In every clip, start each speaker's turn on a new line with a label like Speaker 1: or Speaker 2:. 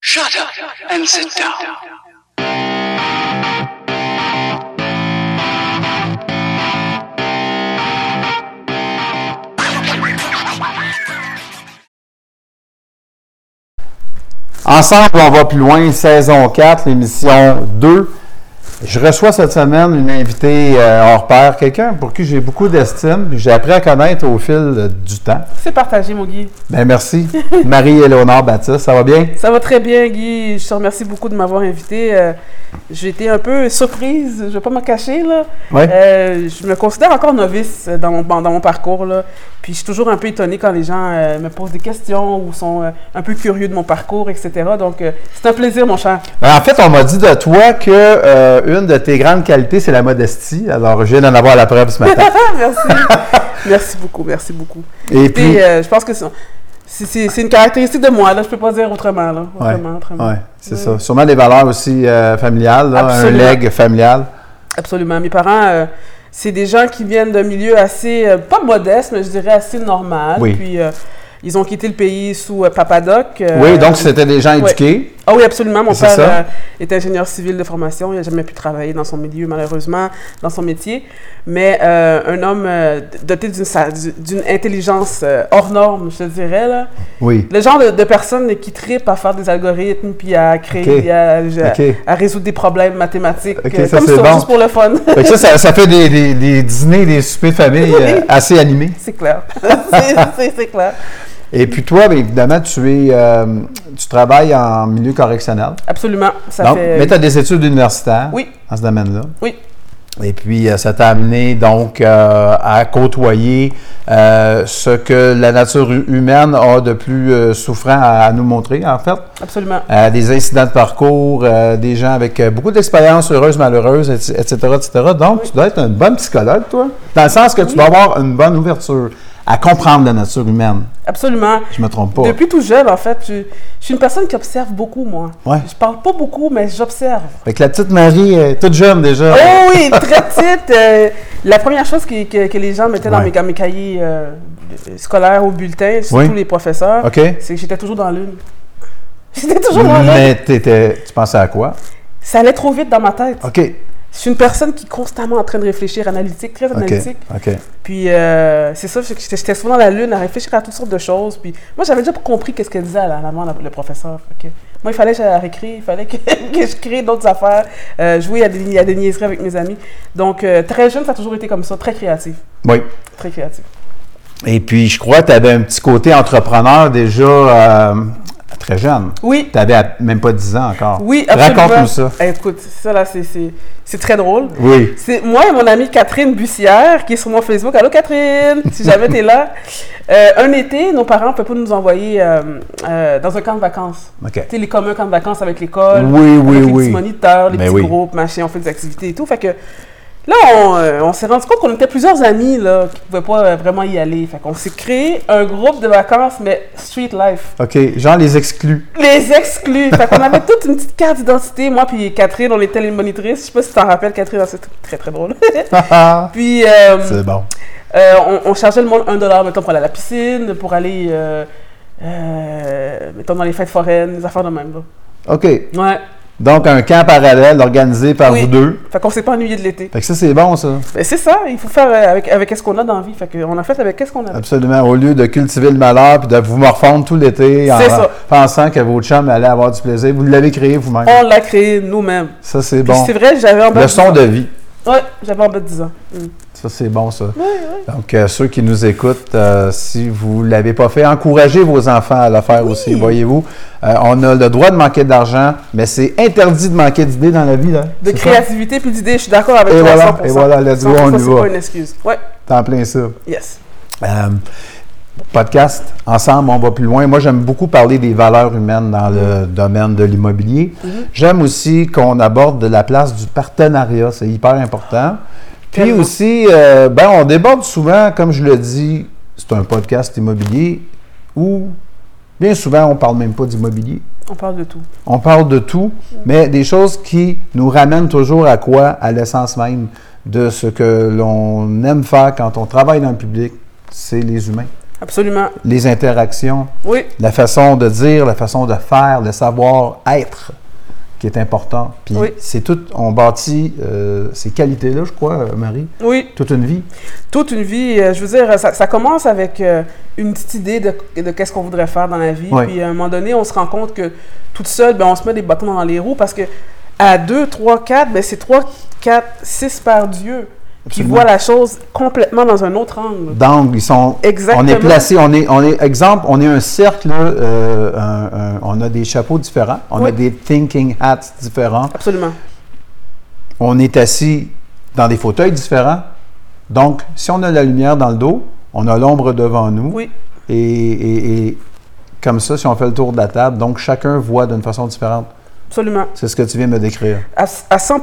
Speaker 1: Shut up and sit down.
Speaker 2: Ensemble, on va plus loin, saison 4, l'émission 2. Je reçois cette semaine une invitée euh, hors pair, quelqu'un pour qui j'ai beaucoup d'estime, puis que j'ai appris à connaître au fil euh, du temps.
Speaker 3: C'est partagé, mon Guy.
Speaker 2: Ben merci. Marie-Éléonore Baptiste, ça va bien?
Speaker 3: Ça va très bien, Guy. Je te remercie beaucoup de m'avoir invité. Euh, J'ai été un peu surprise, je vais pas me cacher. Là.
Speaker 2: Oui.
Speaker 3: Euh, je me considère encore novice euh, dans mon, dans mon parcours. Là. Puis je suis toujours un peu étonnée quand les gens euh, me posent des questions ou sont euh, un peu curieux de mon parcours, etc. Donc, euh, c'est un plaisir, mon cher.
Speaker 2: Ben, en fait, on m'a dit de toi que euh, une de tes grandes qualités, c'est la modestie. Alors, je viens d'en avoir la preuve ce matin.
Speaker 3: merci. merci beaucoup, merci beaucoup.
Speaker 2: Et
Speaker 3: Écoutez,
Speaker 2: puis,
Speaker 3: euh, je pense que c'est- c'est c'est- c'est une caractéristique de moi. Là. Je peux pas dire autrement. Là. Autrement, autrement.
Speaker 2: ouais, c'est ça. Sûrement des valeurs aussi euh, familiales, là, un
Speaker 3: Absolument.
Speaker 2: leg familial.
Speaker 3: Absolument. Mes parents, euh, c'est des gens qui viennent d'un milieu assez, euh, pas modeste, mais je dirais assez normal.
Speaker 2: Oui.
Speaker 3: Puis, euh, ils ont quitté le pays sous euh, Papadoc. euh,
Speaker 2: oui, donc c'était des gens
Speaker 3: ouais.
Speaker 2: éduqués.
Speaker 3: Ah oui, absolument. Mon
Speaker 2: C'est
Speaker 3: père
Speaker 2: ça.
Speaker 3: euh, est ingénieur civil de formation. Il n'a jamais pu travailler dans son milieu, malheureusement, dans son métier. Mais euh, un homme euh, doté d'une sa- d'une intelligence euh, hors norme, je te dirais, là.
Speaker 2: Oui.
Speaker 3: Le genre de, de personne qui tripe à faire des algorithmes, puis à créer,
Speaker 2: Ok.
Speaker 3: à, à-
Speaker 2: Ok,
Speaker 3: à résoudre des problèmes mathématiques,
Speaker 2: Ok,
Speaker 3: euh,
Speaker 2: ça,
Speaker 3: comme
Speaker 2: c'est
Speaker 3: ça,
Speaker 2: bon.
Speaker 3: juste pour le fun.
Speaker 2: Fait que ça, ça, ça fait des, des- des dîners, des soupers de famille euh,
Speaker 3: Oui.
Speaker 2: assez animés.
Speaker 3: C'est clair. C'est- c'est c'est clair.
Speaker 2: Et puis toi, bien évidemment, tu es, euh, tu travailles en milieu correctionnel.
Speaker 3: Absolument. Ça
Speaker 2: donc,
Speaker 3: fait.
Speaker 2: mais tu as des études universitaires
Speaker 3: Oui.
Speaker 2: dans ce domaine-là.
Speaker 3: Oui.
Speaker 2: Et puis, euh, ça t'a amené donc euh, à côtoyer euh, ce que la nature hu- humaine a de plus euh, souffrant à, à nous montrer, en fait.
Speaker 3: Absolument.
Speaker 2: Euh, des incidents de parcours, euh, des gens avec euh, beaucoup d'expériences heureuses, malheureuses, et- etc., etc. Donc, tu dois être un bon psychologue, toi, dans le sens que tu dois avoir une bonne ouverture à comprendre la nature humaine.
Speaker 3: Absolument.
Speaker 2: Je me trompe pas.
Speaker 3: Depuis tout jeune, en fait, je, je suis une personne qui observe beaucoup, moi.
Speaker 2: Ouais.
Speaker 3: Je parle pas beaucoup, mais j'observe.
Speaker 2: Fait que la petite Marie est toute jeune déjà.
Speaker 3: Oh oui, très petite. euh, la première chose qui- que, que les gens mettaient dans
Speaker 2: Ouais.
Speaker 3: mes, dans mes cahiers euh, scolaires au bulletin, surtout
Speaker 2: Oui.
Speaker 3: les professeurs,
Speaker 2: OK?
Speaker 3: c'est que j'étais toujours dans l'une. J'étais toujours dans l'une.
Speaker 2: Mais t'étais- tu pensais à quoi?
Speaker 3: Ça allait trop vite dans ma tête.
Speaker 2: OK.
Speaker 3: Je suis une personne qui est constamment en train de réfléchir, analytique, très
Speaker 2: OK.
Speaker 3: analytique.
Speaker 2: OK.
Speaker 3: Puis euh, c'est ça, c'est que j'étais j'étais souvent dans la lune à réfléchir à toutes sortes de choses. Puis moi, j'avais déjà compris qu'est-ce qu'elle disait, la, la, maman, la- le professeur. Fait que moi, il fallait que j'aille à la récré, il fallait que, que je crée d'autres affaires, euh, jouer à des, à des niaiseries avec mes amis. Donc, euh, très jeune, ça a toujours été comme ça, très créatif,
Speaker 2: Oui.
Speaker 3: très créatif.
Speaker 2: Et puis, je crois que tu avais un petit côté entrepreneur déjà euh, très jeune.
Speaker 3: Oui,
Speaker 2: Tu avais même pas 10 ans encore.
Speaker 3: oui, absolument.
Speaker 2: Raconte-nous ça.
Speaker 3: Eh, écoute, ça là, c'est- c'est c'est très drôle.
Speaker 2: Oui.
Speaker 3: C'est moi et mon amie Catherine Bussière qui est sur mon Facebook. Allô Catherine, si jamais t'es là. Euh, un été, nos parents ne peuvent pas nous envoyer euh, euh, dans un camp de vacances.
Speaker 2: OK.
Speaker 3: Tu sais, les communs camps de vacances avec l'école.
Speaker 2: Oui, oui,
Speaker 3: avec les
Speaker 2: oui.
Speaker 3: petits moniteurs, les
Speaker 2: Ben
Speaker 3: petits
Speaker 2: oui.
Speaker 3: groupes, machin, on fait des activités et tout. Fait que là, on, euh, on s'est rendu compte qu'on était plusieurs amis là, qui ne pouvaient pas euh, vraiment y aller. Fait qu'on s'est créé un groupe de vacances, mais street life.
Speaker 2: OK. Genre les exclus.
Speaker 3: Les exclus. Fait qu'on avait toute une petite carte d'identité. Moi puis Catherine, on était les monitrices. Je sais pas si tu t'en rappelles, Catherine, c'est très très drôle. puis euh,
Speaker 2: C'est bon.
Speaker 3: euh, on, on chargeait le monde 1 dollar, mettons, pour aller à la piscine, pour aller, euh, euh, mettons, dans les fêtes foraines, des affaires de même. Là.
Speaker 2: OK.
Speaker 3: Ouais.
Speaker 2: Donc, un camp parallèle organisé par
Speaker 3: Oui.
Speaker 2: vous deux.
Speaker 3: Fait qu'on s'est pas ennuyé de l'été.
Speaker 2: Fait que ça, c'est bon, ça.
Speaker 3: Ben, c'est ça, il faut faire euh, avec, avec ce qu'on a dans la vie. Fait que on a fait avec ce qu'on a.
Speaker 2: Absolument. Au lieu de cultiver le malheur puis de vous morfondre tout l'été en
Speaker 3: C'est ça.
Speaker 2: pensant que vos chums allaient avoir du plaisir, vous l'avez créé vous-même.
Speaker 3: On l'a créé nous-mêmes.
Speaker 2: Ça, c'est
Speaker 3: Puis
Speaker 2: bon.
Speaker 3: c'est vrai, j'avais en bas
Speaker 2: Leçon de vie.
Speaker 3: de... Ouais, j'avais en bas de 10 ans. Mm.
Speaker 2: Ça, c'est bon, ça. Donc, euh, ceux qui nous écoutent, euh, si vous ne l'avez pas fait, encouragez vos enfants à le faire aussi, voyez-vous. Euh, on a le droit de manquer d'argent, mais c'est interdit de manquer d'idées dans la vie. Là.
Speaker 3: De
Speaker 2: C'est ça?
Speaker 3: créativité puis d'idées, je suis d'accord avec
Speaker 2: Et
Speaker 3: toi à
Speaker 2: voilà,
Speaker 3: 100%.
Speaker 2: et voilà, let's go,
Speaker 3: 100%,
Speaker 2: on y
Speaker 3: C'est
Speaker 2: va.
Speaker 3: pas une excuse. Ouais,
Speaker 2: T'es en plein ça.
Speaker 3: yes.
Speaker 2: Euh, podcast, ensemble, on va plus loin. Moi, j'aime beaucoup parler des valeurs humaines dans le domaine de l'immobilier. J'aime aussi qu'on aborde de la place du partenariat, c'est hyper important. Puis
Speaker 3: Tellement.
Speaker 2: aussi, euh, ben, on déborde souvent, comme je le dis, c'est un podcast immobilier où bien souvent, on parle même pas d'immobilier.
Speaker 3: On parle de tout.
Speaker 2: On parle de tout, mais des choses qui nous ramènent toujours à quoi? À l'essence même de ce que l'on aime faire quand on travaille dans le public, c'est les humains.
Speaker 3: Absolument.
Speaker 2: les interactions,
Speaker 3: Oui,
Speaker 2: la façon de dire, la façon de faire, le savoir-être qui est important. Puis
Speaker 3: Oui.
Speaker 2: c'est tout, on bâtit euh, ces qualités-là, je crois, euh, Marie,
Speaker 3: oui.
Speaker 2: toute une vie.
Speaker 3: toute une vie. euh, je veux dire, ça, ça commence avec euh, une petite idée de, de qu'est-ce qu'on voudrait faire dans la vie.
Speaker 2: Ouais.
Speaker 3: Puis à un moment donné, on se rend compte que toute seule, ben, on se met des bâtons dans les roues parce que à 2, 3, 4, ben, c'est 3, 4, 6 par Dieu qui
Speaker 2: Absolument.
Speaker 3: voit la chose complètement dans un autre angle.
Speaker 2: Donc, ils sont.
Speaker 3: Exactement.
Speaker 2: On est placé, on est, on est, exemple, on est un cercle, euh, un- un- on a des chapeaux différents, on a
Speaker 3: Oui.
Speaker 2: des thinking hats différents,
Speaker 3: Absolument.
Speaker 2: on est assis dans des fauteuils différents. Donc, si on a la lumière dans le dos, on a l'ombre devant nous.
Speaker 3: Oui.
Speaker 2: Et, et- et comme ça, si on fait le tour de la table, donc chacun voit d'une façon différente.
Speaker 3: Absolument.
Speaker 2: C'est ce que tu viens de me décrire.
Speaker 3: À, à 100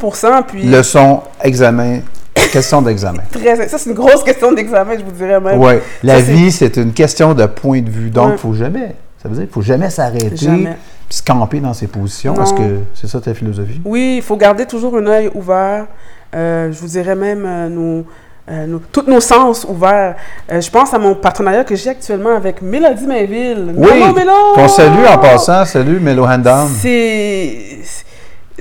Speaker 3: puis
Speaker 2: Leçon, examen, question d'examen.
Speaker 3: très- ça, c'est une grosse question d'examen, je vous dirais même.
Speaker 2: Oui. La
Speaker 3: Euh, Ça, c'est-
Speaker 2: vie, c'est une question de point de vue. Donc, il
Speaker 3: Ouais.
Speaker 2: faut jamais. Ça veut dire qu'il faut jamais s'arrêter
Speaker 3: Jamais.
Speaker 2: puis se camper dans ses positions.
Speaker 3: Non.
Speaker 2: Est-ce que c'est ça ta philosophie?
Speaker 3: Oui, il faut garder toujours un œil ouvert. Euh, je vous dirais même euh, nos, euh, nos- tous nos sens ouverts. Euh, je pense à mon partenariat que j'ai actuellement avec Mélodie Mainville. Mélo, Mélo!
Speaker 2: Qu'on salue en passant. Salut, Melo Handam.
Speaker 3: C'est. c'est-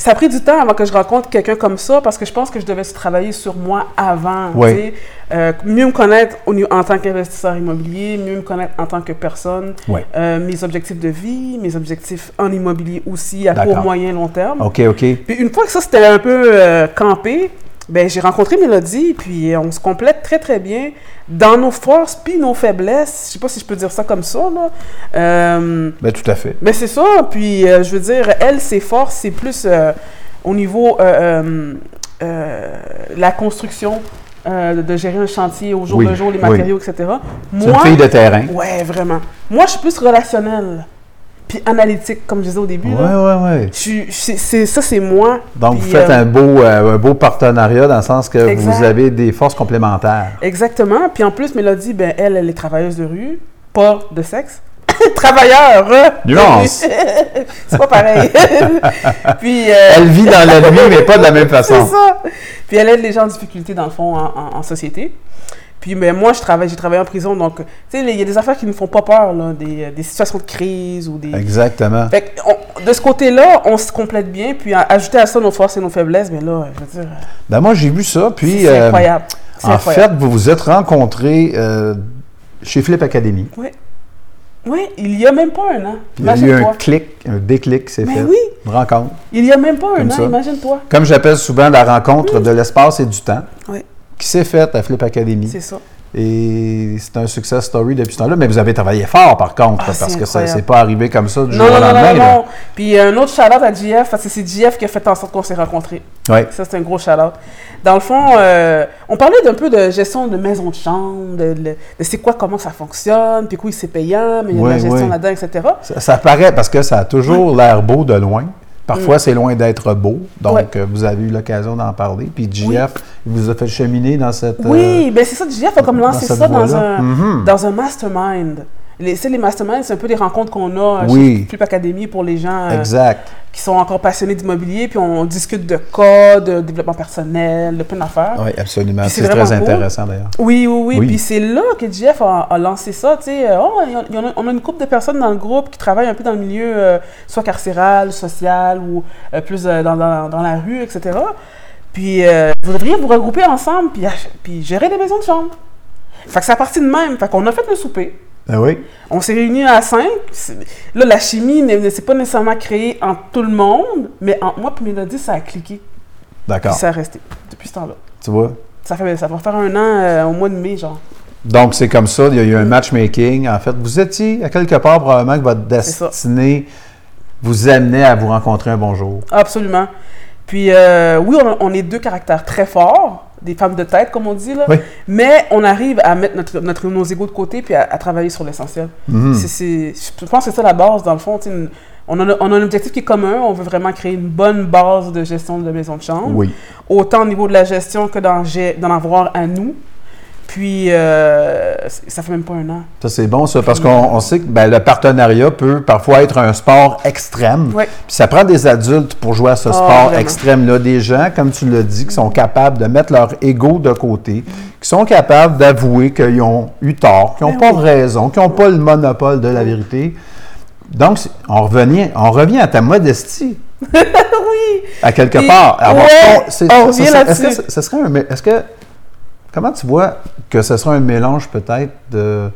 Speaker 3: Ça a pris du temps avant que je rencontre quelqu'un comme ça parce que je pense que je devais travailler sur moi avant.
Speaker 2: Oui.
Speaker 3: tu sais. Euh, mieux me connaître au niveau- en tant qu'investisseur immobilier, mieux me connaître en tant que personne,
Speaker 2: Oui.
Speaker 3: euh, mes objectifs de vie, mes objectifs en immobilier aussi à court,
Speaker 2: D'accord.
Speaker 3: moyen, long terme.
Speaker 2: OK, OK.
Speaker 3: Puis une fois que ça c'était un peu euh, campé, ben j'ai rencontré Mélodie, puis on se complète très très bien dans nos forces puis nos faiblesses. Je sais pas si je peux dire ça comme ça là. Euh,
Speaker 2: Ben, tout à fait.
Speaker 3: mais c'est ça. Puis euh, je veux dire, elle ses forces c'est plus euh, au niveau euh, euh, euh, la construction. euh, de- de gérer un chantier au jour
Speaker 2: Oui,
Speaker 3: le jour, les
Speaker 2: oui.
Speaker 3: matériaux, etc.
Speaker 2: C'est une
Speaker 3: Moi,
Speaker 2: fille de terrain.
Speaker 3: ouais, vraiment. Moi, je suis plus relationnelle, puis analytique, comme je disais au début.
Speaker 2: Oui,
Speaker 3: là.
Speaker 2: oui, oui.
Speaker 3: Je suis- c'est- c'est- ça, c'est moi.
Speaker 2: Donc,
Speaker 3: Puis,
Speaker 2: vous faites
Speaker 3: euh,
Speaker 2: un, beau, euh, un beau partenariat dans le sens que
Speaker 3: Exact.
Speaker 2: vous avez des forces complémentaires.
Speaker 3: Exactement. Puis en plus, Mélodie, ben, elle, elle est travailleuse de rue, pas de sexe. Travailleur! euh, de
Speaker 2: Nuance.
Speaker 3: rue. C'est pas pareil. Puis, euh,
Speaker 2: Elle vit dans la nuit, mais pas de la même
Speaker 3: c'est
Speaker 2: façon.
Speaker 3: ça. Puis elle aide les gens en difficulté, dans le fond, en, en- en société. Puis ben, moi, je travaille, j'ai travaillé en prison, donc, tu sais, il y a des affaires qui ne font pas peur, là, des, euh, des situations de crise ou des...
Speaker 2: Exactement.
Speaker 3: Fait que, on- de ce côté-là, on se complète bien, puis a- ajouter à ça nos forces et nos faiblesses, mais là, je veux dire,
Speaker 2: Ben, moi, j'ai vu ça, puis...
Speaker 3: c'est
Speaker 2: euh,
Speaker 3: incroyable. C'est
Speaker 2: En
Speaker 3: incroyable.
Speaker 2: fait, vous vous êtes rencontrés euh, chez Flip Academy.
Speaker 3: Oui, il y a même pas un an.
Speaker 2: Il y a eu un
Speaker 3: Imagine-toi.
Speaker 2: clic, un déclic qui s'est
Speaker 3: Mais
Speaker 2: fait.
Speaker 3: oui,
Speaker 2: Une rencontre.
Speaker 3: il y a même pas
Speaker 2: Comme
Speaker 3: un an,
Speaker 2: ça.
Speaker 3: imagine-toi.
Speaker 2: Comme j'appelle souvent la rencontre de l'espace et du temps,
Speaker 3: Oui.
Speaker 2: qui s'est faite à Flip Academy.
Speaker 3: C'est ça.
Speaker 2: Et c'est un success story depuis ce temps-là. Mais vous avez travaillé fort, par contre,
Speaker 3: Ah,
Speaker 2: parce
Speaker 3: c'est
Speaker 2: que ça
Speaker 3: incroyable.
Speaker 2: n'est pas arrivé comme ça du
Speaker 3: Non,
Speaker 2: jour
Speaker 3: non,
Speaker 2: au
Speaker 3: non,
Speaker 2: lendemain.
Speaker 3: non, non. Puis euh, un autre shout-out à JF, parce que c'est JF qui a fait en sorte qu'on s'est rencontrés.
Speaker 2: Oui,
Speaker 3: Ça, c'est un gros shout-out. Dans le fond, euh, on parlait d'un peu de gestion de maison de chambre, de, de- de c'est quoi, comment ça fonctionne, puis oui, c'est payant, mais il y a de la
Speaker 2: Oui,
Speaker 3: gestion
Speaker 2: oui.
Speaker 3: là-dedans, etc.
Speaker 2: ça, ça paraît parce que ça a toujours l'air beau de loin. Parfois, c'est loin d'être beau. Donc,
Speaker 3: Mm. Ouais.
Speaker 2: euh, vous avez eu l'occasion d'en parler. Puis, JF, il vous a fait cheminer dans cette. euh,
Speaker 3: Oui, ben c'est ça, JF a comme
Speaker 2: dans
Speaker 3: lancé
Speaker 2: cette
Speaker 3: ça dans
Speaker 2: voie-là.
Speaker 3: un,
Speaker 2: Mhm.
Speaker 3: dans un mastermind. Les, c'est les masterminds, c'est un peu des rencontres qu'on a euh,
Speaker 2: Oui.
Speaker 3: chez Flip Academy pour les gens euh,
Speaker 2: Exact.
Speaker 3: qui sont encore passionnés d'immobilier, puis on discute de cas, de développement personnel, de plein d'affaires.
Speaker 2: Oui, absolument.
Speaker 3: Ah. Puis c'est
Speaker 2: C'est
Speaker 3: vraiment
Speaker 2: très
Speaker 3: cool.
Speaker 2: intéressant d'ailleurs.
Speaker 3: Oui, oui, oui.
Speaker 2: Ah. Oui.
Speaker 3: Puis c'est là que Jeff a, a lancé ça. Tu sais, euh, oh, il y a- il y en a- on a une couple de personnes dans le groupe qui travaillent un peu dans le milieu, euh, soit carcéral, social ou euh, plus euh, dans, dans- dans la rue, etc. Puis euh, vous devriez vous regrouper ensemble puis, ach- puis gérer des maisons de chambre. Fait que c'est à partir de même. Fait qu'on a fait le souper.
Speaker 2: Ben oui.
Speaker 3: On s'est réunis à cinq. C'est- Là, la chimie ne, ne s'est pas nécessairement créée entre tout le monde, mais entre moi et Mélodie, ça a cliqué. Puis
Speaker 2: D'accord.
Speaker 3: ça a resté depuis ce temps-là.
Speaker 2: Tu vois?
Speaker 3: Ça, fait, ça va faire un an euh, au mois de mai, genre.
Speaker 2: Donc, c'est comme ça. Il y a eu
Speaker 3: Mm.
Speaker 2: un matchmaking. En fait, vous étiez à quelque part, probablement que votre
Speaker 3: ça.
Speaker 2: destinée vous amenait à vous rencontrer un bonjour.
Speaker 3: Absolument. Puis, euh, oui, on, on est deux caractères très forts, des femmes de tête, comme on dit, là.
Speaker 2: Oui.
Speaker 3: Mais on arrive à mettre notre, notre- nos égaux de côté puis à, à travailler sur l'essentiel. C'est- c'est- je pense que c'est ça la base, dans le fond. tu sais, une- on, a, on a un objectif qui est commun. On veut vraiment créer une bonne base de gestion de maison de chambre,
Speaker 2: Oui.
Speaker 3: autant au niveau de la gestion que d'en, gé- d'en avoir à nous. Puis, euh, ça fait même pas un an.
Speaker 2: Ça, c'est bon, ça, parce qu'on on sait que ben, le partenariat peut parfois être un sport extrême.
Speaker 3: Oui. Ah,
Speaker 2: Puis ça prend des adultes pour jouer à ce sport
Speaker 3: vraiment.
Speaker 2: extrême-là. Des gens, comme tu l'as dit, qui sont capables de mettre leur ego de côté, qui sont capables d'avouer qu'ils ont eu tort, qu'ils n'ont
Speaker 3: Ben
Speaker 2: pas
Speaker 3: oui.
Speaker 2: raison, qu'ils n'ont pas le monopole de la vérité. Donc, c'est- on, revenait- on revient à ta modestie,
Speaker 3: Ah oui!
Speaker 2: à quelque
Speaker 3: Puis,
Speaker 2: part. Avoir
Speaker 3: ouais,
Speaker 2: ton- c'est-
Speaker 3: on
Speaker 2: ça- ça-
Speaker 3: revient
Speaker 2: est-ce que
Speaker 3: là-dessus.
Speaker 2: ce- ce serait un mé- Est-ce que Comment tu vois que ce sera un mélange peut-être de.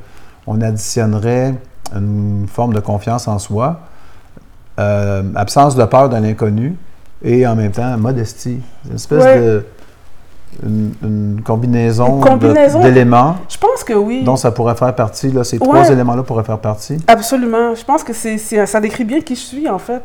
Speaker 2: On additionnerait une forme de confiance en soi, euh, absence de peur de l'inconnu et en même temps modestie. Une espèce
Speaker 3: Ouais.
Speaker 2: de. Une, une combinaison,
Speaker 3: Une
Speaker 2: de-
Speaker 3: combinaison.
Speaker 2: d'éléments
Speaker 3: Je pense que oui.
Speaker 2: dont ça pourrait faire partie, là, ces
Speaker 3: Ouais.
Speaker 2: trois éléments-là pourraient faire partie.
Speaker 3: Absolument. Je pense que c'est, c'est- ça décrit bien qui je suis, en fait.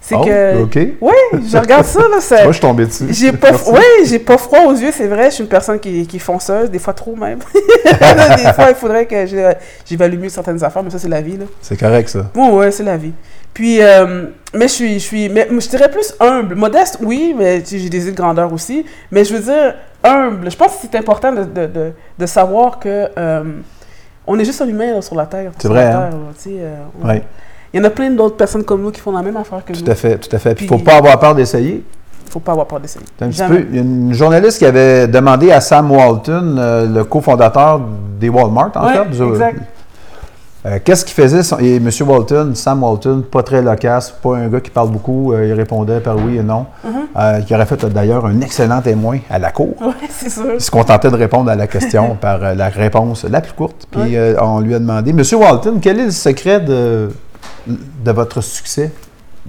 Speaker 3: C'est
Speaker 2: Oh,
Speaker 3: que.
Speaker 2: OK.
Speaker 3: Oui, je regarde ça, là. ça-
Speaker 2: Moi, je suis tombé dessus.
Speaker 3: J'ai pas,
Speaker 2: Merci.
Speaker 3: ouais, j'ai pas froid aux yeux, c'est vrai. Je suis une personne qui, qui est fonceuse, des fois trop même. des fois, il faudrait que j'ai- j'évalue mieux certaines affaires, mais ça, c'est la vie. Là.
Speaker 2: C'est correct, ça.
Speaker 3: Oui, ouais, c'est la vie. Puis, euh, mais je suis, je suis, mais je dirais plus humble. Modeste, oui, mais tu sais, j'ai des idées de grandeur aussi. Mais je veux dire humble. Je pense que c'est important de, de, de, de savoir que euh, on est juste un humain là, sur la terre.
Speaker 2: C'est
Speaker 3: sur
Speaker 2: vrai,
Speaker 3: la
Speaker 2: hein?
Speaker 3: Terre, là, tu sais, euh, on-
Speaker 2: Oui,
Speaker 3: Il y en a plein d'autres personnes comme nous qui font la même affaire que
Speaker 2: tout
Speaker 3: nous.
Speaker 2: à fait, tout à fait. Puis, il ne
Speaker 3: Puis-
Speaker 2: faut pas avoir peur d'essayer.
Speaker 3: Faut pas avoir peur d'essayer.
Speaker 2: C'est un petit
Speaker 3: Jamais.
Speaker 2: peu- il y a une journaliste qui avait demandé à Sam Walton, euh, le cofondateur des Walmart, en
Speaker 3: Ouais,
Speaker 2: fait, du-
Speaker 3: exact.
Speaker 2: euh, qu'est-ce qu'il faisait. son- et M. Walton, Sam Walton, pas très loquace, pas un gars qui parle beaucoup, euh, il répondait par oui et non,
Speaker 3: Mm-hmm.
Speaker 2: euh, qui aurait fait euh, d'ailleurs un excellent témoin à la cour.
Speaker 3: Ouais, c'est sûr.
Speaker 2: Il se contentait de répondre à la question par euh, la réponse la plus courte. Puis
Speaker 3: Ouais.
Speaker 2: euh, on lui a demandé Monsieur Walton, quel est le secret de, de votre succès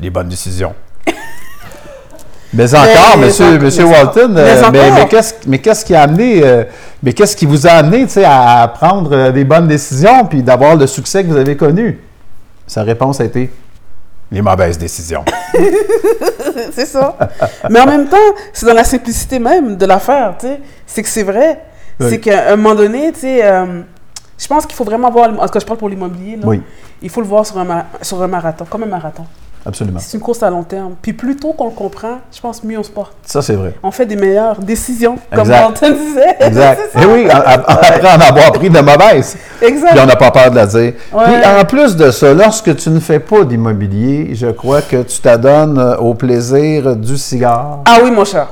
Speaker 2: Les bonnes décisions. mais encore,
Speaker 3: mais
Speaker 2: monsieur,
Speaker 3: en-
Speaker 2: monsieur
Speaker 3: mais en-
Speaker 2: Walton,
Speaker 3: mais
Speaker 2: euh, mais,
Speaker 3: encore.
Speaker 2: mais qu'est-ce, mais qu'est-ce qui a amené, euh, mais qu'est-ce qui vous a amené tu sais, à, à prendre euh, des bonnes décisions puis d'avoir le succès que vous avez connu Sa réponse a été les mauvaises décisions.
Speaker 3: c'est ça. Mais en même temps, c'est dans la simplicité même de l'affaire, tu sais. C'est que c'est vrai.
Speaker 2: Oui.
Speaker 3: C'est qu'à un moment donné, tu sais, euh, je pense qu'il faut vraiment voir, en tout cas, je parle pour l'immobilier, là.
Speaker 2: oui,
Speaker 3: Il faut le voir sur un, ma- sur un marathon, comme un marathon.
Speaker 2: absolument.
Speaker 3: C'est une course à long terme. Puis plus tôt qu'on le comprend, je pense mieux on se porte.
Speaker 2: Ça, c'est vrai.
Speaker 3: On fait des meilleures décisions, comme
Speaker 2: Exact.
Speaker 3: Dalton disait.
Speaker 2: Exact.
Speaker 3: Eh ben, C'est ça.
Speaker 2: Et oui, en- en- après en avoir pris de mauvaises.
Speaker 3: Exact.
Speaker 2: Puis on n'a pas peur de la dire.
Speaker 3: Ouais.
Speaker 2: Puis en plus de ça, lorsque tu ne fais pas d'immobilier, je crois que tu t'adonnes euh, au plaisir du cigare.
Speaker 3: Ah oui, mon cher.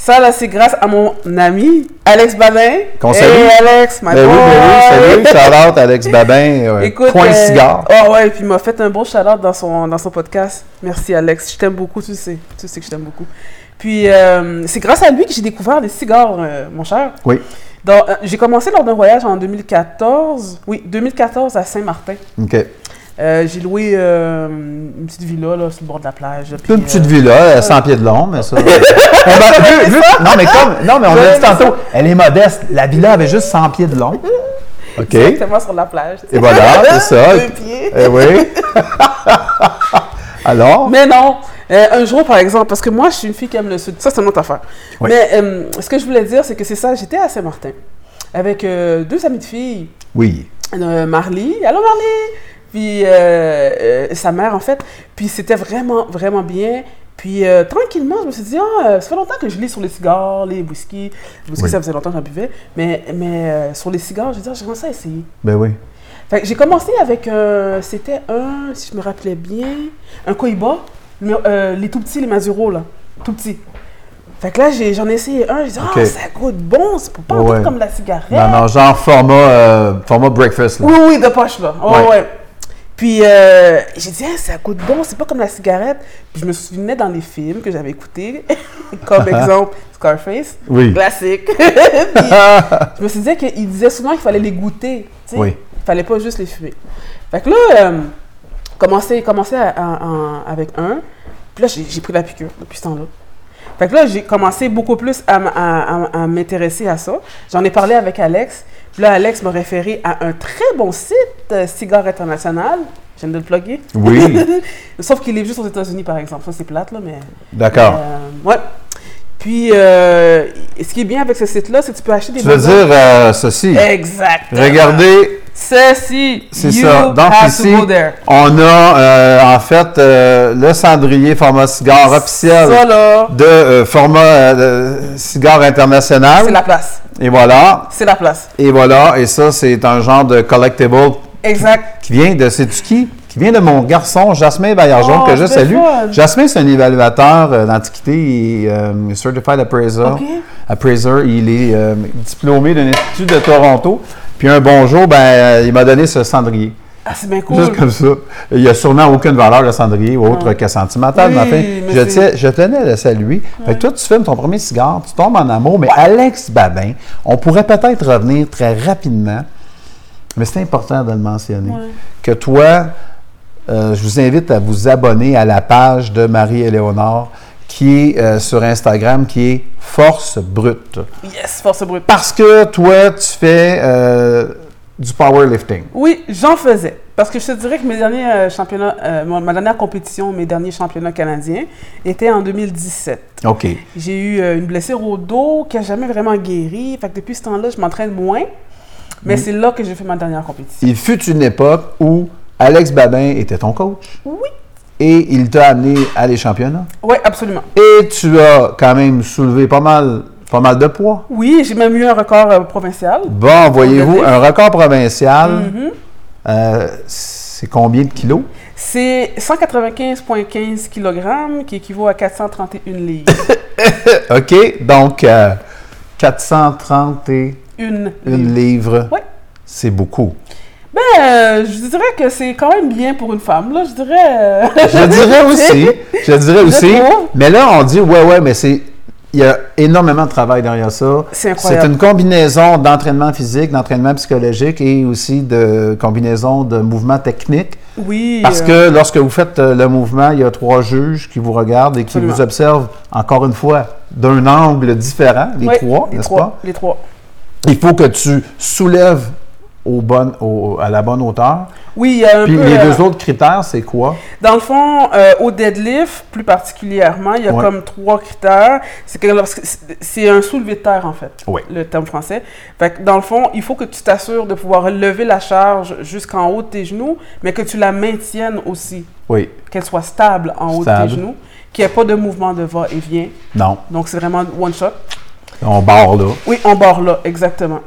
Speaker 3: Ça, là, c'est grâce à mon ami, Alex Babin.
Speaker 2: Qu'on
Speaker 3: Hey,
Speaker 2: salue.
Speaker 3: Alex, ma
Speaker 2: Ben oui, ben oui, salut, shout-out Alex Babin, euh,
Speaker 3: Écoute,
Speaker 2: point
Speaker 3: euh,
Speaker 2: cigare.
Speaker 3: Oh ouais, puis il m'a fait un beau shout-out dans son, dans son podcast. Merci Alex, je t'aime beaucoup, tu le sais. Tu sais que je t'aime beaucoup. Puis euh, c'est grâce à lui que j'ai découvert les cigares, euh, mon cher.
Speaker 2: Oui,
Speaker 3: Dans- euh, j'ai commencé lors d'un voyage en 2014. Oui, 2014 à Saint-Martin.
Speaker 2: OK.
Speaker 3: Euh, j'ai loué euh, une petite villa là, sur le bord de la plage. là, puis,
Speaker 2: Une petite
Speaker 3: euh,
Speaker 2: villa, euh, 100 pieds de long, mais ça... Eh ben, vu- vu- non, mais comme, non, mais on l'a dit tantôt, elle est modeste. La villa avait juste 100 pieds de long. OK. Et
Speaker 3: Exactement sur la plage. tu sais.
Speaker 2: voilà, c'est ça.
Speaker 3: Deux pieds.
Speaker 2: Eh oui. Alors,
Speaker 3: Mais non, euh, un jour par exemple, parce que moi je suis une fille qui aime le sud, ça c'est une autre affaire.
Speaker 2: Oui.
Speaker 3: Mais euh, ce que je voulais dire, c'est que c'est ça, j'étais à Saint-Martin avec euh, deux amies de filles,
Speaker 2: oui.
Speaker 3: euh, Marley, allô Marley, puis euh, euh, sa mère en fait, puis c'était vraiment, vraiment bien. Puis euh, tranquillement, je me suis dit, ah, euh, ça fait longtemps que je lis sur les cigares, les whisky. Le whisky,
Speaker 2: Oui.
Speaker 3: ça faisait longtemps que j'en buvais. Mais, mais euh, sur les cigares, je veux dire, j'ai commencé à essayer.
Speaker 2: Ben oui.
Speaker 3: Fait que j'ai commencé avec un. C'était un, si je me rappelais bien, un Koiba. Mais, euh, les tout petits, les Mazuro, là. Tout petits. Fait que là, j'ai- j'en ai essayé un. J'ai dit, ah,
Speaker 2: Ok.
Speaker 3: ça goûte bon, c'est pas en
Speaker 2: Ouais.
Speaker 3: tout comme la cigarette.
Speaker 2: Non, non, genre format, euh, format breakfast. Là.
Speaker 3: Oui, oui, de poche, là. Oh,
Speaker 2: Ouais.
Speaker 3: ouais. Puis euh, j'ai dit, ah, ça goûte bon, c'est pas comme la cigarette. Puis je me souvenais dans les films que j'avais écoutés, comme exemple Scarface,
Speaker 2: Oui.
Speaker 3: classique. Puis, je me suis dit qu'il disait souvent qu'il fallait les goûter. tu sais.
Speaker 2: Oui.
Speaker 3: Il fallait pas juste les fumer. Fait que là, euh, commencer, commencer à- à- à- avec un. Puis là, j'ai j'ai pris la piqûre depuis ce temps-là. Fait que là, j'ai commencé beaucoup plus à, m- à- à- à m'intéresser à ça. J'en ai parlé avec Alex. Puis là, Alex m'a référé à un très bon site, euh, Cigare International. Je viens de le plugger.
Speaker 2: Oui.
Speaker 3: Sauf qu'il est juste aux États-Unis, par exemple. Ça, c'est plate, là, mais.
Speaker 2: D'accord.
Speaker 3: euh, ouais. Puis, euh, ce qui est bien avec ce site-là, c'est que tu peux acheter des
Speaker 2: tu veux
Speaker 3: bonbons.
Speaker 2: dire euh, ceci.
Speaker 3: Exact.
Speaker 2: Regardez
Speaker 3: Ceci,
Speaker 2: C'est
Speaker 3: you
Speaker 2: ça. Donc
Speaker 3: have
Speaker 2: ici,
Speaker 3: to go there.
Speaker 2: on a euh, en fait euh, le cendrier format cigare officiel
Speaker 3: Ça là,
Speaker 2: de euh, format euh, de cigare international.
Speaker 3: c'est la place.
Speaker 2: Et voilà.
Speaker 3: C'est la place.
Speaker 2: Et voilà. Et ça, c'est un genre de collectible
Speaker 3: Exact.
Speaker 2: qui vient de, sais-tu qui? Qui vient de mon garçon, Jasmin Bayarjon,
Speaker 3: Oh,
Speaker 2: que je
Speaker 3: c'est
Speaker 2: salue.
Speaker 3: fun.
Speaker 2: Jasmin, c'est un évaluateur euh, d'antiquité et euh, Certified Appraiser.
Speaker 3: Ok.
Speaker 2: Appraiser, il est euh, diplômé d'un institut de Toronto. Puis un bonjour, ben, euh, il m'a donné ce cendrier.
Speaker 3: Ah, c'est bien
Speaker 2: Juste
Speaker 3: cool.
Speaker 2: comme ça. Il n'y a sûrement aucune valeur le cendrier, autre que sentimentale,
Speaker 3: Oui,
Speaker 2: mais enfin,
Speaker 3: mais
Speaker 2: je,
Speaker 3: c'est-
Speaker 2: tiens- je tenais à le saluer. Fait que toi, tu fumes ton premier cigare, tu tombes en amour, mais Alex Babin, on pourrait peut-être revenir très rapidement, mais c'est important de le mentionner, que toi, euh, je vous invite à vous abonner à la page de Marie-Éléonore qui est euh, sur Instagram, qui est Force Brute.
Speaker 3: Yes, force brute.
Speaker 2: Parce que toi, tu fais euh, du powerlifting.
Speaker 3: Oui, j'en faisais. Parce que je te dirais que mes derniers euh, championnats, euh, mon- ma dernière compétition, mes derniers championnats canadiens étaient en 2017.
Speaker 2: OK.
Speaker 3: J'ai eu euh, une blessure au dos qui n'a jamais vraiment guéri. Fait que depuis ce temps-là, je m'entraîne moins. Mais
Speaker 2: Mm.
Speaker 3: c'est là que j'ai fait ma dernière compétition.
Speaker 2: Il fut une époque où Alex Babin était ton coach
Speaker 3: Oui.
Speaker 2: et il t'a amené à les championnats.
Speaker 3: Oui, absolument.
Speaker 2: Et tu as quand même soulevé pas mal, pas mal de poids.
Speaker 3: Oui, j'ai même eu un record euh, provincial.
Speaker 2: Bon, voyez-vous,
Speaker 3: Regardez.
Speaker 2: un record provincial, euh, c'est combien de kilos?
Speaker 3: C'est 195,15 kg qui équivaut à 431 livres.
Speaker 2: OK, donc euh, 431
Speaker 3: Une livre.
Speaker 2: livres,
Speaker 3: Oui.
Speaker 2: c'est beaucoup.
Speaker 3: Ben, euh, je dirais que c'est quand même bien pour une femme, là. Je dirais... euh,
Speaker 2: Je dirais aussi, je dirais aussi,
Speaker 3: trouve.
Speaker 2: mais là, on dit, ouais, ouais, mais c'est... Il y a énormément de travail derrière ça.
Speaker 3: C'est incroyable.
Speaker 2: C'est une combinaison d'entraînement physique, d'entraînement psychologique et aussi de combinaison de mouvements techniques.
Speaker 3: oui.
Speaker 2: Parce
Speaker 3: euh,
Speaker 2: que lorsque vous faites euh, le mouvement, il y a trois juges qui vous regardent et qui
Speaker 3: Absolument.
Speaker 2: vous observent, encore une fois, d'un angle différent, les
Speaker 3: oui,
Speaker 2: trois,
Speaker 3: les
Speaker 2: n'est-ce
Speaker 3: trois,
Speaker 2: pas?
Speaker 3: Les trois.
Speaker 2: Il faut que tu soulèves au bon, au- à la bonne hauteur.
Speaker 3: Oui, il y a un
Speaker 2: Puis
Speaker 3: peu...
Speaker 2: les
Speaker 3: euh,
Speaker 2: deux autres critères, c'est quoi?
Speaker 3: Dans le fond, euh, au deadlift, plus particulièrement, il y a
Speaker 2: Ouais.
Speaker 3: comme trois critères. C'est que lorsque- c'est- c'est un soulevé de terre, en fait,
Speaker 2: Ouais.
Speaker 3: le terme français. Fait que dans le fond, il faut que tu t'assures de pouvoir lever la charge jusqu'en haut de tes genoux, mais que tu la maintiennes aussi,
Speaker 2: Oui.
Speaker 3: qu'elle soit stable en haut de
Speaker 2: Stable.
Speaker 3: tes genoux, qu'il n'y ait pas de mouvement de va-et-vient.
Speaker 2: Non.
Speaker 3: Donc, c'est vraiment one shot.
Speaker 2: On barre là.
Speaker 3: Oui, on barre là, exactement.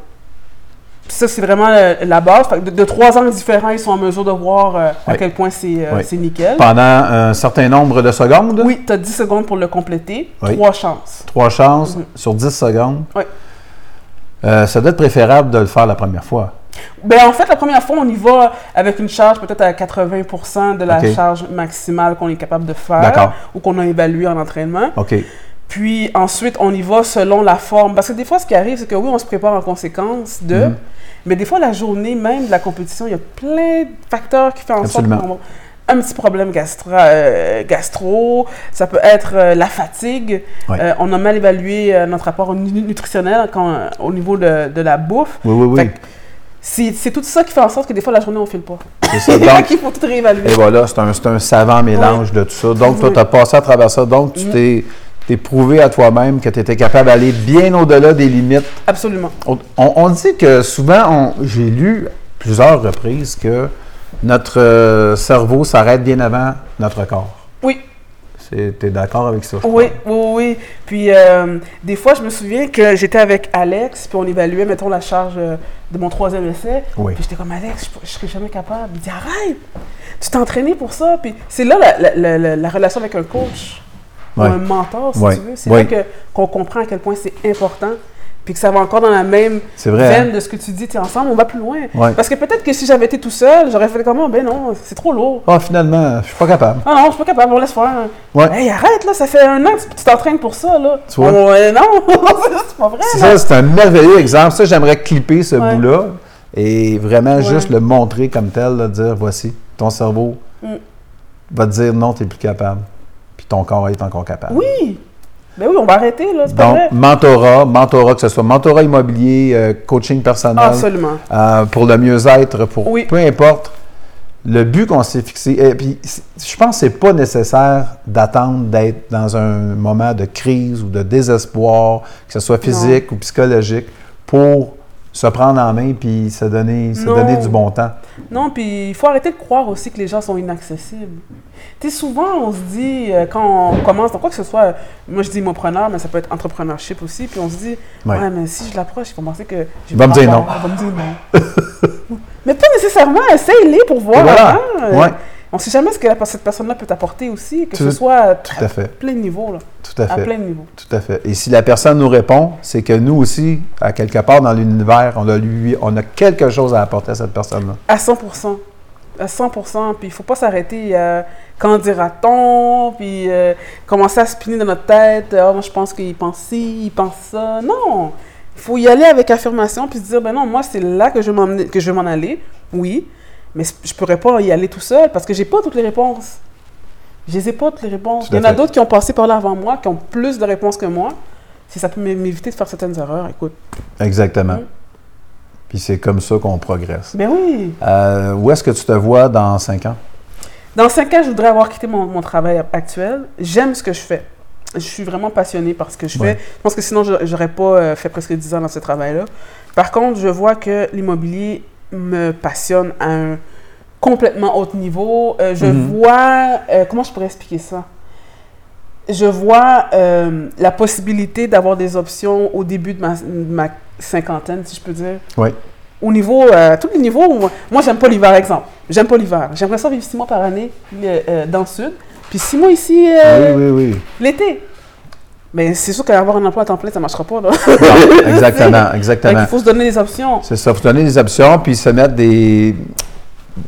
Speaker 3: Ça, c'est vraiment euh, la base. Fait que de, de trois angles différents, ils sont en mesure de voir euh, à
Speaker 2: Oui.
Speaker 3: quel point c'est euh,
Speaker 2: Oui.
Speaker 3: c'est nickel.
Speaker 2: Pendant un certain nombre de secondes.
Speaker 3: Oui, tu as 10 secondes pour le compléter.
Speaker 2: Oui.
Speaker 3: Trois chances.
Speaker 2: Trois chances sur 10 secondes.
Speaker 3: Mhm. Oui.
Speaker 2: Euh, ça doit être préférable de le faire la première fois.
Speaker 3: Ben, en fait, la première fois, on y va avec une charge peut-être à 80 de la
Speaker 2: Ok.
Speaker 3: charge maximale qu'on est capable de
Speaker 2: D'accord.
Speaker 3: faire ou qu'on a évalué en entraînement.
Speaker 2: OK.
Speaker 3: Puis ensuite, on y va selon la forme. Parce que des fois, ce qui arrive, c'est que oui, on se prépare en conséquence de.
Speaker 2: Mm.
Speaker 3: Mais des fois, la journée même de la compétition, il y a plein de facteurs qui font en
Speaker 2: Absolument.
Speaker 3: sorte qu'on va- un petit problème gastro, euh, gastro ça peut être euh, la fatigue.
Speaker 2: Ouais.
Speaker 3: Euh, on a mal évalué euh, notre rapport nu- nutritionnel quand, euh, au niveau de, de la bouffe.
Speaker 2: Oui, oui, oui.
Speaker 3: Fait que C'est c'est tout ça qui fait en sorte que des fois, la journée, on ne file pas.
Speaker 2: C'est ça.
Speaker 3: Donc,
Speaker 2: Donc,
Speaker 3: il faut tout réévaluer.
Speaker 2: et voilà, c'est un, c'est un savant mélange de tout ça. Donc, toi,
Speaker 3: Oui. Mhm.
Speaker 2: tu as passé à travers ça. Donc, tu t'es, t'es prouvé à toi-même que tu étais capable d'aller bien au-delà des limites.
Speaker 3: Absolument.
Speaker 2: On, on- on dit que souvent, on- j'ai lu plusieurs reprises que notre euh, cerveau s'arrête bien avant notre corps.
Speaker 3: Oui.
Speaker 2: Tu es d'accord avec ça? je
Speaker 3: Oui, oui, oui. Puis euh, des fois, je me souviens que j'étais avec Alex, puis on évaluait, mettons, la charge euh, de mon troisième essai.
Speaker 2: Oui.
Speaker 3: Puis j'étais comme, Alex, je, ne serais jamais capable. Il dit, arrête, tu t'es entraîné pour ça. Puis c'est là la, la- la- la- la relation avec un coach,
Speaker 2: Ouais.
Speaker 3: ou un mentor, si
Speaker 2: Ouais.
Speaker 3: tu veux. C'est
Speaker 2: Ouais.
Speaker 3: là que- qu'on comprend à quel point c'est important. Puis que ça va encore dans la même
Speaker 2: C'est vrai,
Speaker 3: veine
Speaker 2: hein?
Speaker 3: de ce que tu dis, tu es ensemble, on va plus loin.
Speaker 2: Ouais.
Speaker 3: Parce que peut-être que si j'avais été tout seul, j'aurais fait comment? Ben non, c'est trop lourd.
Speaker 2: Ah, finalement, je suis pas capable.
Speaker 3: Ah non, je suis pas capable, on laisse faire.
Speaker 2: Ouais.
Speaker 3: Hey, arrête, là, ça fait un an que tu- tu t'entraînes pour ça, là.
Speaker 2: Tu vois?
Speaker 3: Oh, euh, non, c'est pas vrai,
Speaker 2: C'est ça,
Speaker 3: là.
Speaker 2: c'est un merveilleux exemple. Ça, j'aimerais clipper ce
Speaker 3: Ouais.
Speaker 2: bout-là et vraiment
Speaker 3: Ouais.
Speaker 2: juste le montrer comme tel, là, dire voici, ton cerveau
Speaker 3: Mm.
Speaker 2: va te dire non, tu n'es plus capable. Puis ton corps est encore capable.
Speaker 3: Oui! Ben oui, on va arrêter, là, c'est pas
Speaker 2: Donc,
Speaker 3: vrai.
Speaker 2: mentorat, mentorat, que ce soit mentorat immobilier, euh,
Speaker 3: Ah,
Speaker 2: coaching personnel,
Speaker 3: Absolument.
Speaker 2: euh, pour le mieux-être, pour
Speaker 3: Oui.
Speaker 2: peu importe. Le but qu'on s'est fixé, et puis c- je pense que c'est pas nécessaire d'attendre d'être dans un moment de crise ou de désespoir, que ce soit physique ou psychologique, pour se prendre en main puis se donner, se
Speaker 3: Non.
Speaker 2: donner du bon temps.
Speaker 3: Non, puis il faut arrêter de croire aussi que les gens sont inaccessibles. Tu sais, souvent, on se dit, euh, quand on commence dans quoi que ce soit, euh, moi je dis preneur, mais ça peut être entrepreneurship aussi, puis on se dit,
Speaker 2: Ouais.
Speaker 3: ouais, mais si je l'approche, ils vont penser que. je
Speaker 2: Il va me
Speaker 3: vais
Speaker 2: dire
Speaker 3: avoir- il va me dire non. mais pas nécessairement, essaye-les pour voir.
Speaker 2: Et voilà.
Speaker 3: hein. Euh,
Speaker 2: Ouais.
Speaker 3: On ne sait jamais ce que la- cette personne-là peut t'apporter aussi, que
Speaker 2: Tout-
Speaker 3: ce soit à,
Speaker 2: Tout à fait,
Speaker 3: plein de niveaux. Là,
Speaker 2: tout à
Speaker 3: à
Speaker 2: fait.
Speaker 3: plein de niveaux.
Speaker 2: Tout à fait. Et si la personne nous répond, c'est que nous aussi, à quelque part dans l'univers, on a lui, on a quelque chose à apporter à cette personne-là.
Speaker 3: À 100 à 100 puis il faut pas s'arrêter euh, quand dira-t-on, puis euh, commencer à spinner dans notre tête, Ah, moi je pense qu'il pense ci, il pense ça. Non, il faut y aller avec affirmation puis se dire ben non, moi c'est là que je vais m'emmener- que je vais m'en aller. Oui, mais c- je pourrais pas y aller tout seul parce que j'ai pas toutes les réponses. Je les ai pas toutes les réponses.
Speaker 2: Tout à
Speaker 3: Il y en a
Speaker 2: fait.
Speaker 3: d'autres qui ont passé par là avant moi, qui ont plus de réponses que moi. Si ça peut m'é- m'éviter de faire certaines erreurs, écoute.
Speaker 2: Exactement.
Speaker 3: Mm.
Speaker 2: Puis c'est comme ça qu'on progresse.
Speaker 3: Ben oui.
Speaker 2: Euh, où est-ce que tu te vois dans cinq ans?
Speaker 3: Dans cinq ans, je voudrais avoir quitté mon, mon travail actuel. J'aime ce que je fais. Je suis vraiment passionnée par ce que je fais.
Speaker 2: Ouais.
Speaker 3: Je pense que sinon, je n'aurais pas euh, fait presque 10 ans dans ce travail-là. Par contre, je vois que l'immobilier me passionne à un complètement haut niveau. Euh, je
Speaker 2: Mhm.
Speaker 3: vois... euh, comment je pourrais expliquer ça? Je vois euh, la possibilité d'avoir des options au début de ma, de ma cinquantaine, si je peux dire.
Speaker 2: Oui.
Speaker 3: Au niveau, euh, tous les niveaux, moi, moi, j'aime pas l'hiver, exemple. J'aime pas l'hiver. J'aimerais ça vivre six mois par année euh, euh, dans le sud, puis six mois ici euh,
Speaker 2: Ah Oui, oui, oui.
Speaker 3: l'été. Mais c'est sûr qu'avoir un emploi à temps plein, ça marchera pas. Là.
Speaker 2: Exactement,
Speaker 3: Fait qu'il
Speaker 2: exactement.
Speaker 3: faut se donner des options.
Speaker 2: C'est ça. Faut donner des options puis se mettre des,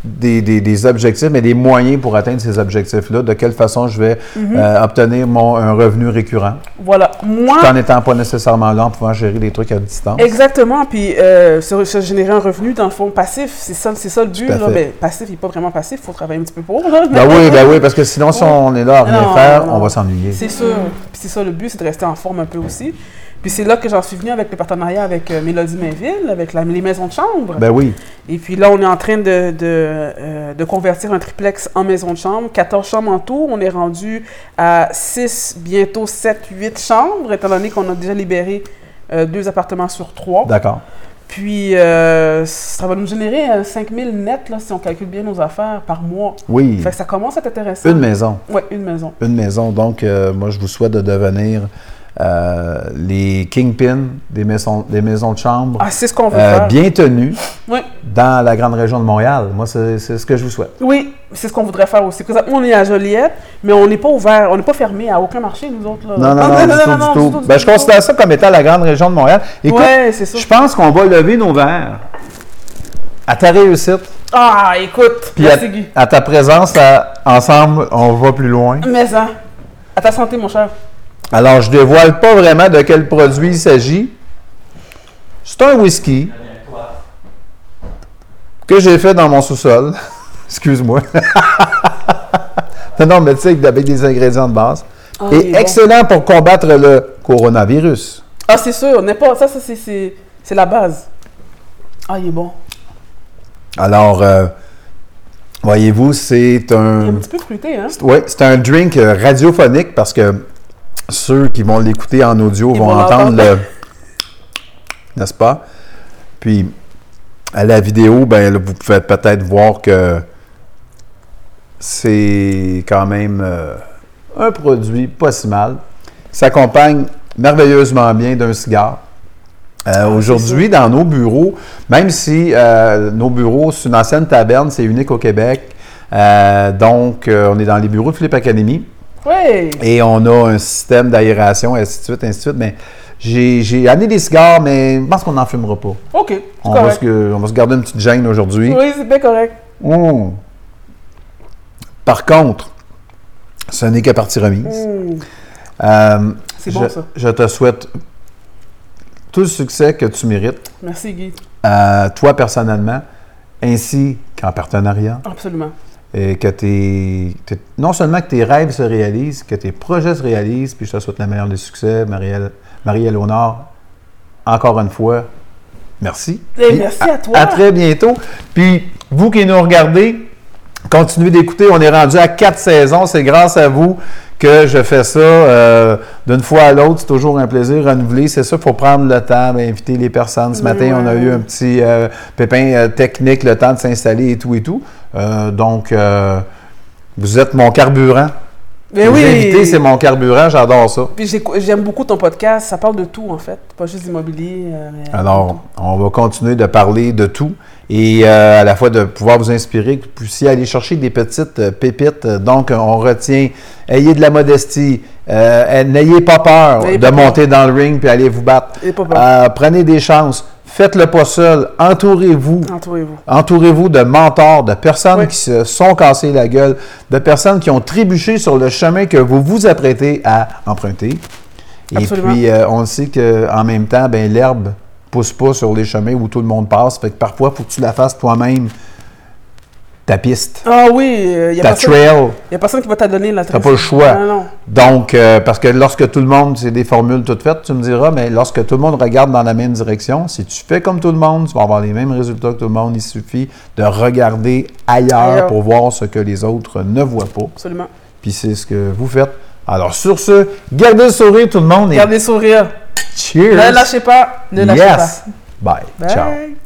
Speaker 2: des, des- des objectifs, mais des moyens pour atteindre ces objectifs-là. De quelle façon je vais
Speaker 3: Mm-hmm.
Speaker 2: euh, obtenir mon, un revenu récurrent,
Speaker 3: Voilà. Moi,
Speaker 2: tout en n'étant pas nécessairement là en pouvant gérer des trucs à distance.
Speaker 3: Ah. Exactement, puis euh, se, se générer un revenu dans le fond passif, c'est ça, c'est ça le but.
Speaker 2: Tout à
Speaker 3: Là.
Speaker 2: fait.
Speaker 3: Ben, passif, il n'est pas vraiment passif, il faut travailler un petit peu pour. Là.
Speaker 2: Ben oui, ben oui, parce que sinon, si on est là à rien
Speaker 3: Non,
Speaker 2: faire,
Speaker 3: non.
Speaker 2: on va s'ennuyer.
Speaker 3: C'est sûr. Puis c'est ça le but, c'est de rester en forme un peu aussi. Puis c'est là que j'en suis venue avec le partenariat avec euh, Mélodie Mainville, avec la- les maisons de chambre.
Speaker 2: Ben oui,
Speaker 3: Et puis là, on est en train de, de, euh, de convertir un triplex en maison de chambre. 14 chambres en tout. On est rendu à 6, bientôt 7, 8 chambres, étant donné qu'on a déjà libéré euh, deux appartements sur trois.
Speaker 2: d'accord.
Speaker 3: Puis euh, ça va nous générer euh, 5 000 net, là, si on calcule bien nos affaires, par mois.
Speaker 2: Oui,
Speaker 3: Fait que ça commence à être intéressant.
Speaker 2: Hmm. une maison,
Speaker 3: Oui, une maison.
Speaker 2: une maison. Donc, euh, moi, je vous souhaite de devenir euh, les kingpins des maisons, des maisons de chambre,
Speaker 3: Ah, c'est ce qu'on veut
Speaker 2: euh,
Speaker 3: faire.
Speaker 2: bien tenues
Speaker 3: Oui.
Speaker 2: dans la grande région de Montréal. Moi, c'est c'est ce que je vous souhaite.
Speaker 3: Oui, c'est ce qu'on voudrait faire aussi. Présentement, on est à Joliette, mais on n'est pas ouvert, on n'est pas fermé à aucun marché, nous autres. Là. Ah,
Speaker 2: Non, non, non, du tout, du tout. Ben, je considère ça comme étant la grande région de Montréal. Écoute,
Speaker 3: Ouais, c'est ça.
Speaker 2: je pense qu'on va lever nos verres à ta réussite,
Speaker 3: Ah, écoute,
Speaker 2: puis à,
Speaker 3: merci, Guy.
Speaker 2: à ta présence. à- ensemble, on va plus loin.
Speaker 3: Mais ça, à ta santé, mon cher.
Speaker 2: Alors, je dévoile pas vraiment de quel produit il s'agit. C'est un whisky que j'ai fait dans mon sous-sol. Excuse-moi. non, non, mais tu sais, avec des ingrédients de base.
Speaker 3: Ah, il est
Speaker 2: Et
Speaker 3: bon.
Speaker 2: excellent pour combattre le coronavirus.
Speaker 3: Ah, c'est sûr, on n'est pas. Ça, ça c'est- c'est c'est la base. Ah, il est bon.
Speaker 2: Alors, euh, voyez-vous, c'est
Speaker 3: Il est
Speaker 2: un...
Speaker 3: un petit peu fruité, hein?
Speaker 2: Oui, c'est un drink euh, radiophonique parce que ceux qui vont l'écouter en audio
Speaker 3: Ils
Speaker 2: vont
Speaker 3: vont
Speaker 2: entendre
Speaker 3: l'entendre.
Speaker 2: le. N'est-ce pas? Puis, à la vidéo, ben, là, vous pouvez peut-être voir que c'est quand même euh, un produit pas si mal. Il S'accompagne merveilleusement bien d'un cigare.
Speaker 3: Ah,
Speaker 2: Euh, Aujourd'hui, dans nos bureaux, même si euh, nos bureaux, c'est une ancienne taverne, c'est unique au Québec. Euh, donc, euh, on est dans les bureaux de Flip Academy
Speaker 3: Oui!
Speaker 2: et on a un système d'aération, ainsi de suite, ainsi de suite. Mais j'ai j'ai amené des cigares, mais je pense qu'on n'en fumera pas.
Speaker 3: OK, c'est
Speaker 2: On va,
Speaker 3: correct.
Speaker 2: se, on va se garder une petite gêne aujourd'hui.
Speaker 3: Oui, c'est bien correct.
Speaker 2: Mmh. Par contre, ce n'est qu'à partie remise.
Speaker 3: Mm.
Speaker 2: Euh,
Speaker 3: C'est bon,
Speaker 2: je-
Speaker 3: ça.
Speaker 2: Je te souhaite tout le succès que tu mérites,
Speaker 3: Merci, Guy.
Speaker 2: euh, toi personnellement, ainsi qu'en partenariat.
Speaker 3: Absolument.
Speaker 2: et euh, que tes, tes- non seulement que tes rêves se réalisent, que tes projets se réalisent, puis je te souhaite la meilleure des succès, Marielle- Marie-Éléonore. Encore une fois, merci.
Speaker 3: Eh,
Speaker 2: Puis
Speaker 3: merci à toi.
Speaker 2: À très bientôt. Puis, vous qui nous regardez, continuez d'écouter. On est rendu à quatre saisons. C'est grâce à vous que je fais ça euh, d'une fois à l'autre, c'est toujours un plaisir renouvelé. C'est ça, il faut prendre le temps, bien, inviter les personnes. Ce matin, on a eu un petit euh, pépin euh, technique, le temps de s'installer et tout et tout. Euh, donc, euh, vous êtes mon carburant.
Speaker 3: Mais
Speaker 2: Les
Speaker 3: Ben oui.
Speaker 2: invités, c'est mon carburant, j'adore ça.
Speaker 3: Puis j'écou- j'aime beaucoup ton podcast. Ça parle de tout, en fait. Pas juste d'immobilier. euh, mais-
Speaker 2: Alors, on va continuer de parler de tout et euh, à la fois de pouvoir vous inspirer, que vous puissiez aller chercher des petites euh, pépites. Donc, euh, on retient, ayez de la modestie, euh, euh, n'ayez pas peur
Speaker 3: N'ayez
Speaker 2: de
Speaker 3: pas peur.
Speaker 2: monter dans le ring puis aller vous battre.
Speaker 3: N'ayez pas peur.
Speaker 2: Euh, prenez des chances, faites-le pas seul, entourez-vous.
Speaker 3: Entourez-vous.
Speaker 2: Entourez-vous de mentors, de personnes
Speaker 3: Oui.
Speaker 2: qui se sont cassées la gueule, de personnes qui ont trébuché sur le chemin que vous vous apprêtez à emprunter. Et
Speaker 3: Absolument.
Speaker 2: puis, euh, on sait qu'en même temps, ben, l'herbe pousse pas sur les chemins où tout le monde passe. Fait que parfois, il faut que tu la fasses toi-même, ta piste,
Speaker 3: Ah oui, il n'y a,
Speaker 2: ta
Speaker 3: personne-
Speaker 2: trail.
Speaker 3: y a personne qui va te donner la
Speaker 2: T'as pas le choix.
Speaker 3: Non, non.
Speaker 2: Donc, euh, parce que lorsque tout le monde, c'est des formules toutes faites, tu me diras, mais lorsque tout le monde regarde dans la même direction, si tu fais comme tout le monde, tu vas avoir les mêmes résultats que tout le monde. Il suffit de regarder ailleurs,
Speaker 3: Ailleurs.
Speaker 2: pour voir ce que les autres ne voient pas.
Speaker 3: Absolument.
Speaker 2: Puis c'est ce que vous faites. Alors, sur ce, gardez le sourire tout le monde et
Speaker 3: Gardez le sourire.
Speaker 2: cheers!
Speaker 3: Ne lâchez Ben, pas. Ben. Ne lâchez
Speaker 2: yes! Bye.
Speaker 3: pas.
Speaker 2: Ciao!
Speaker 3: Bye.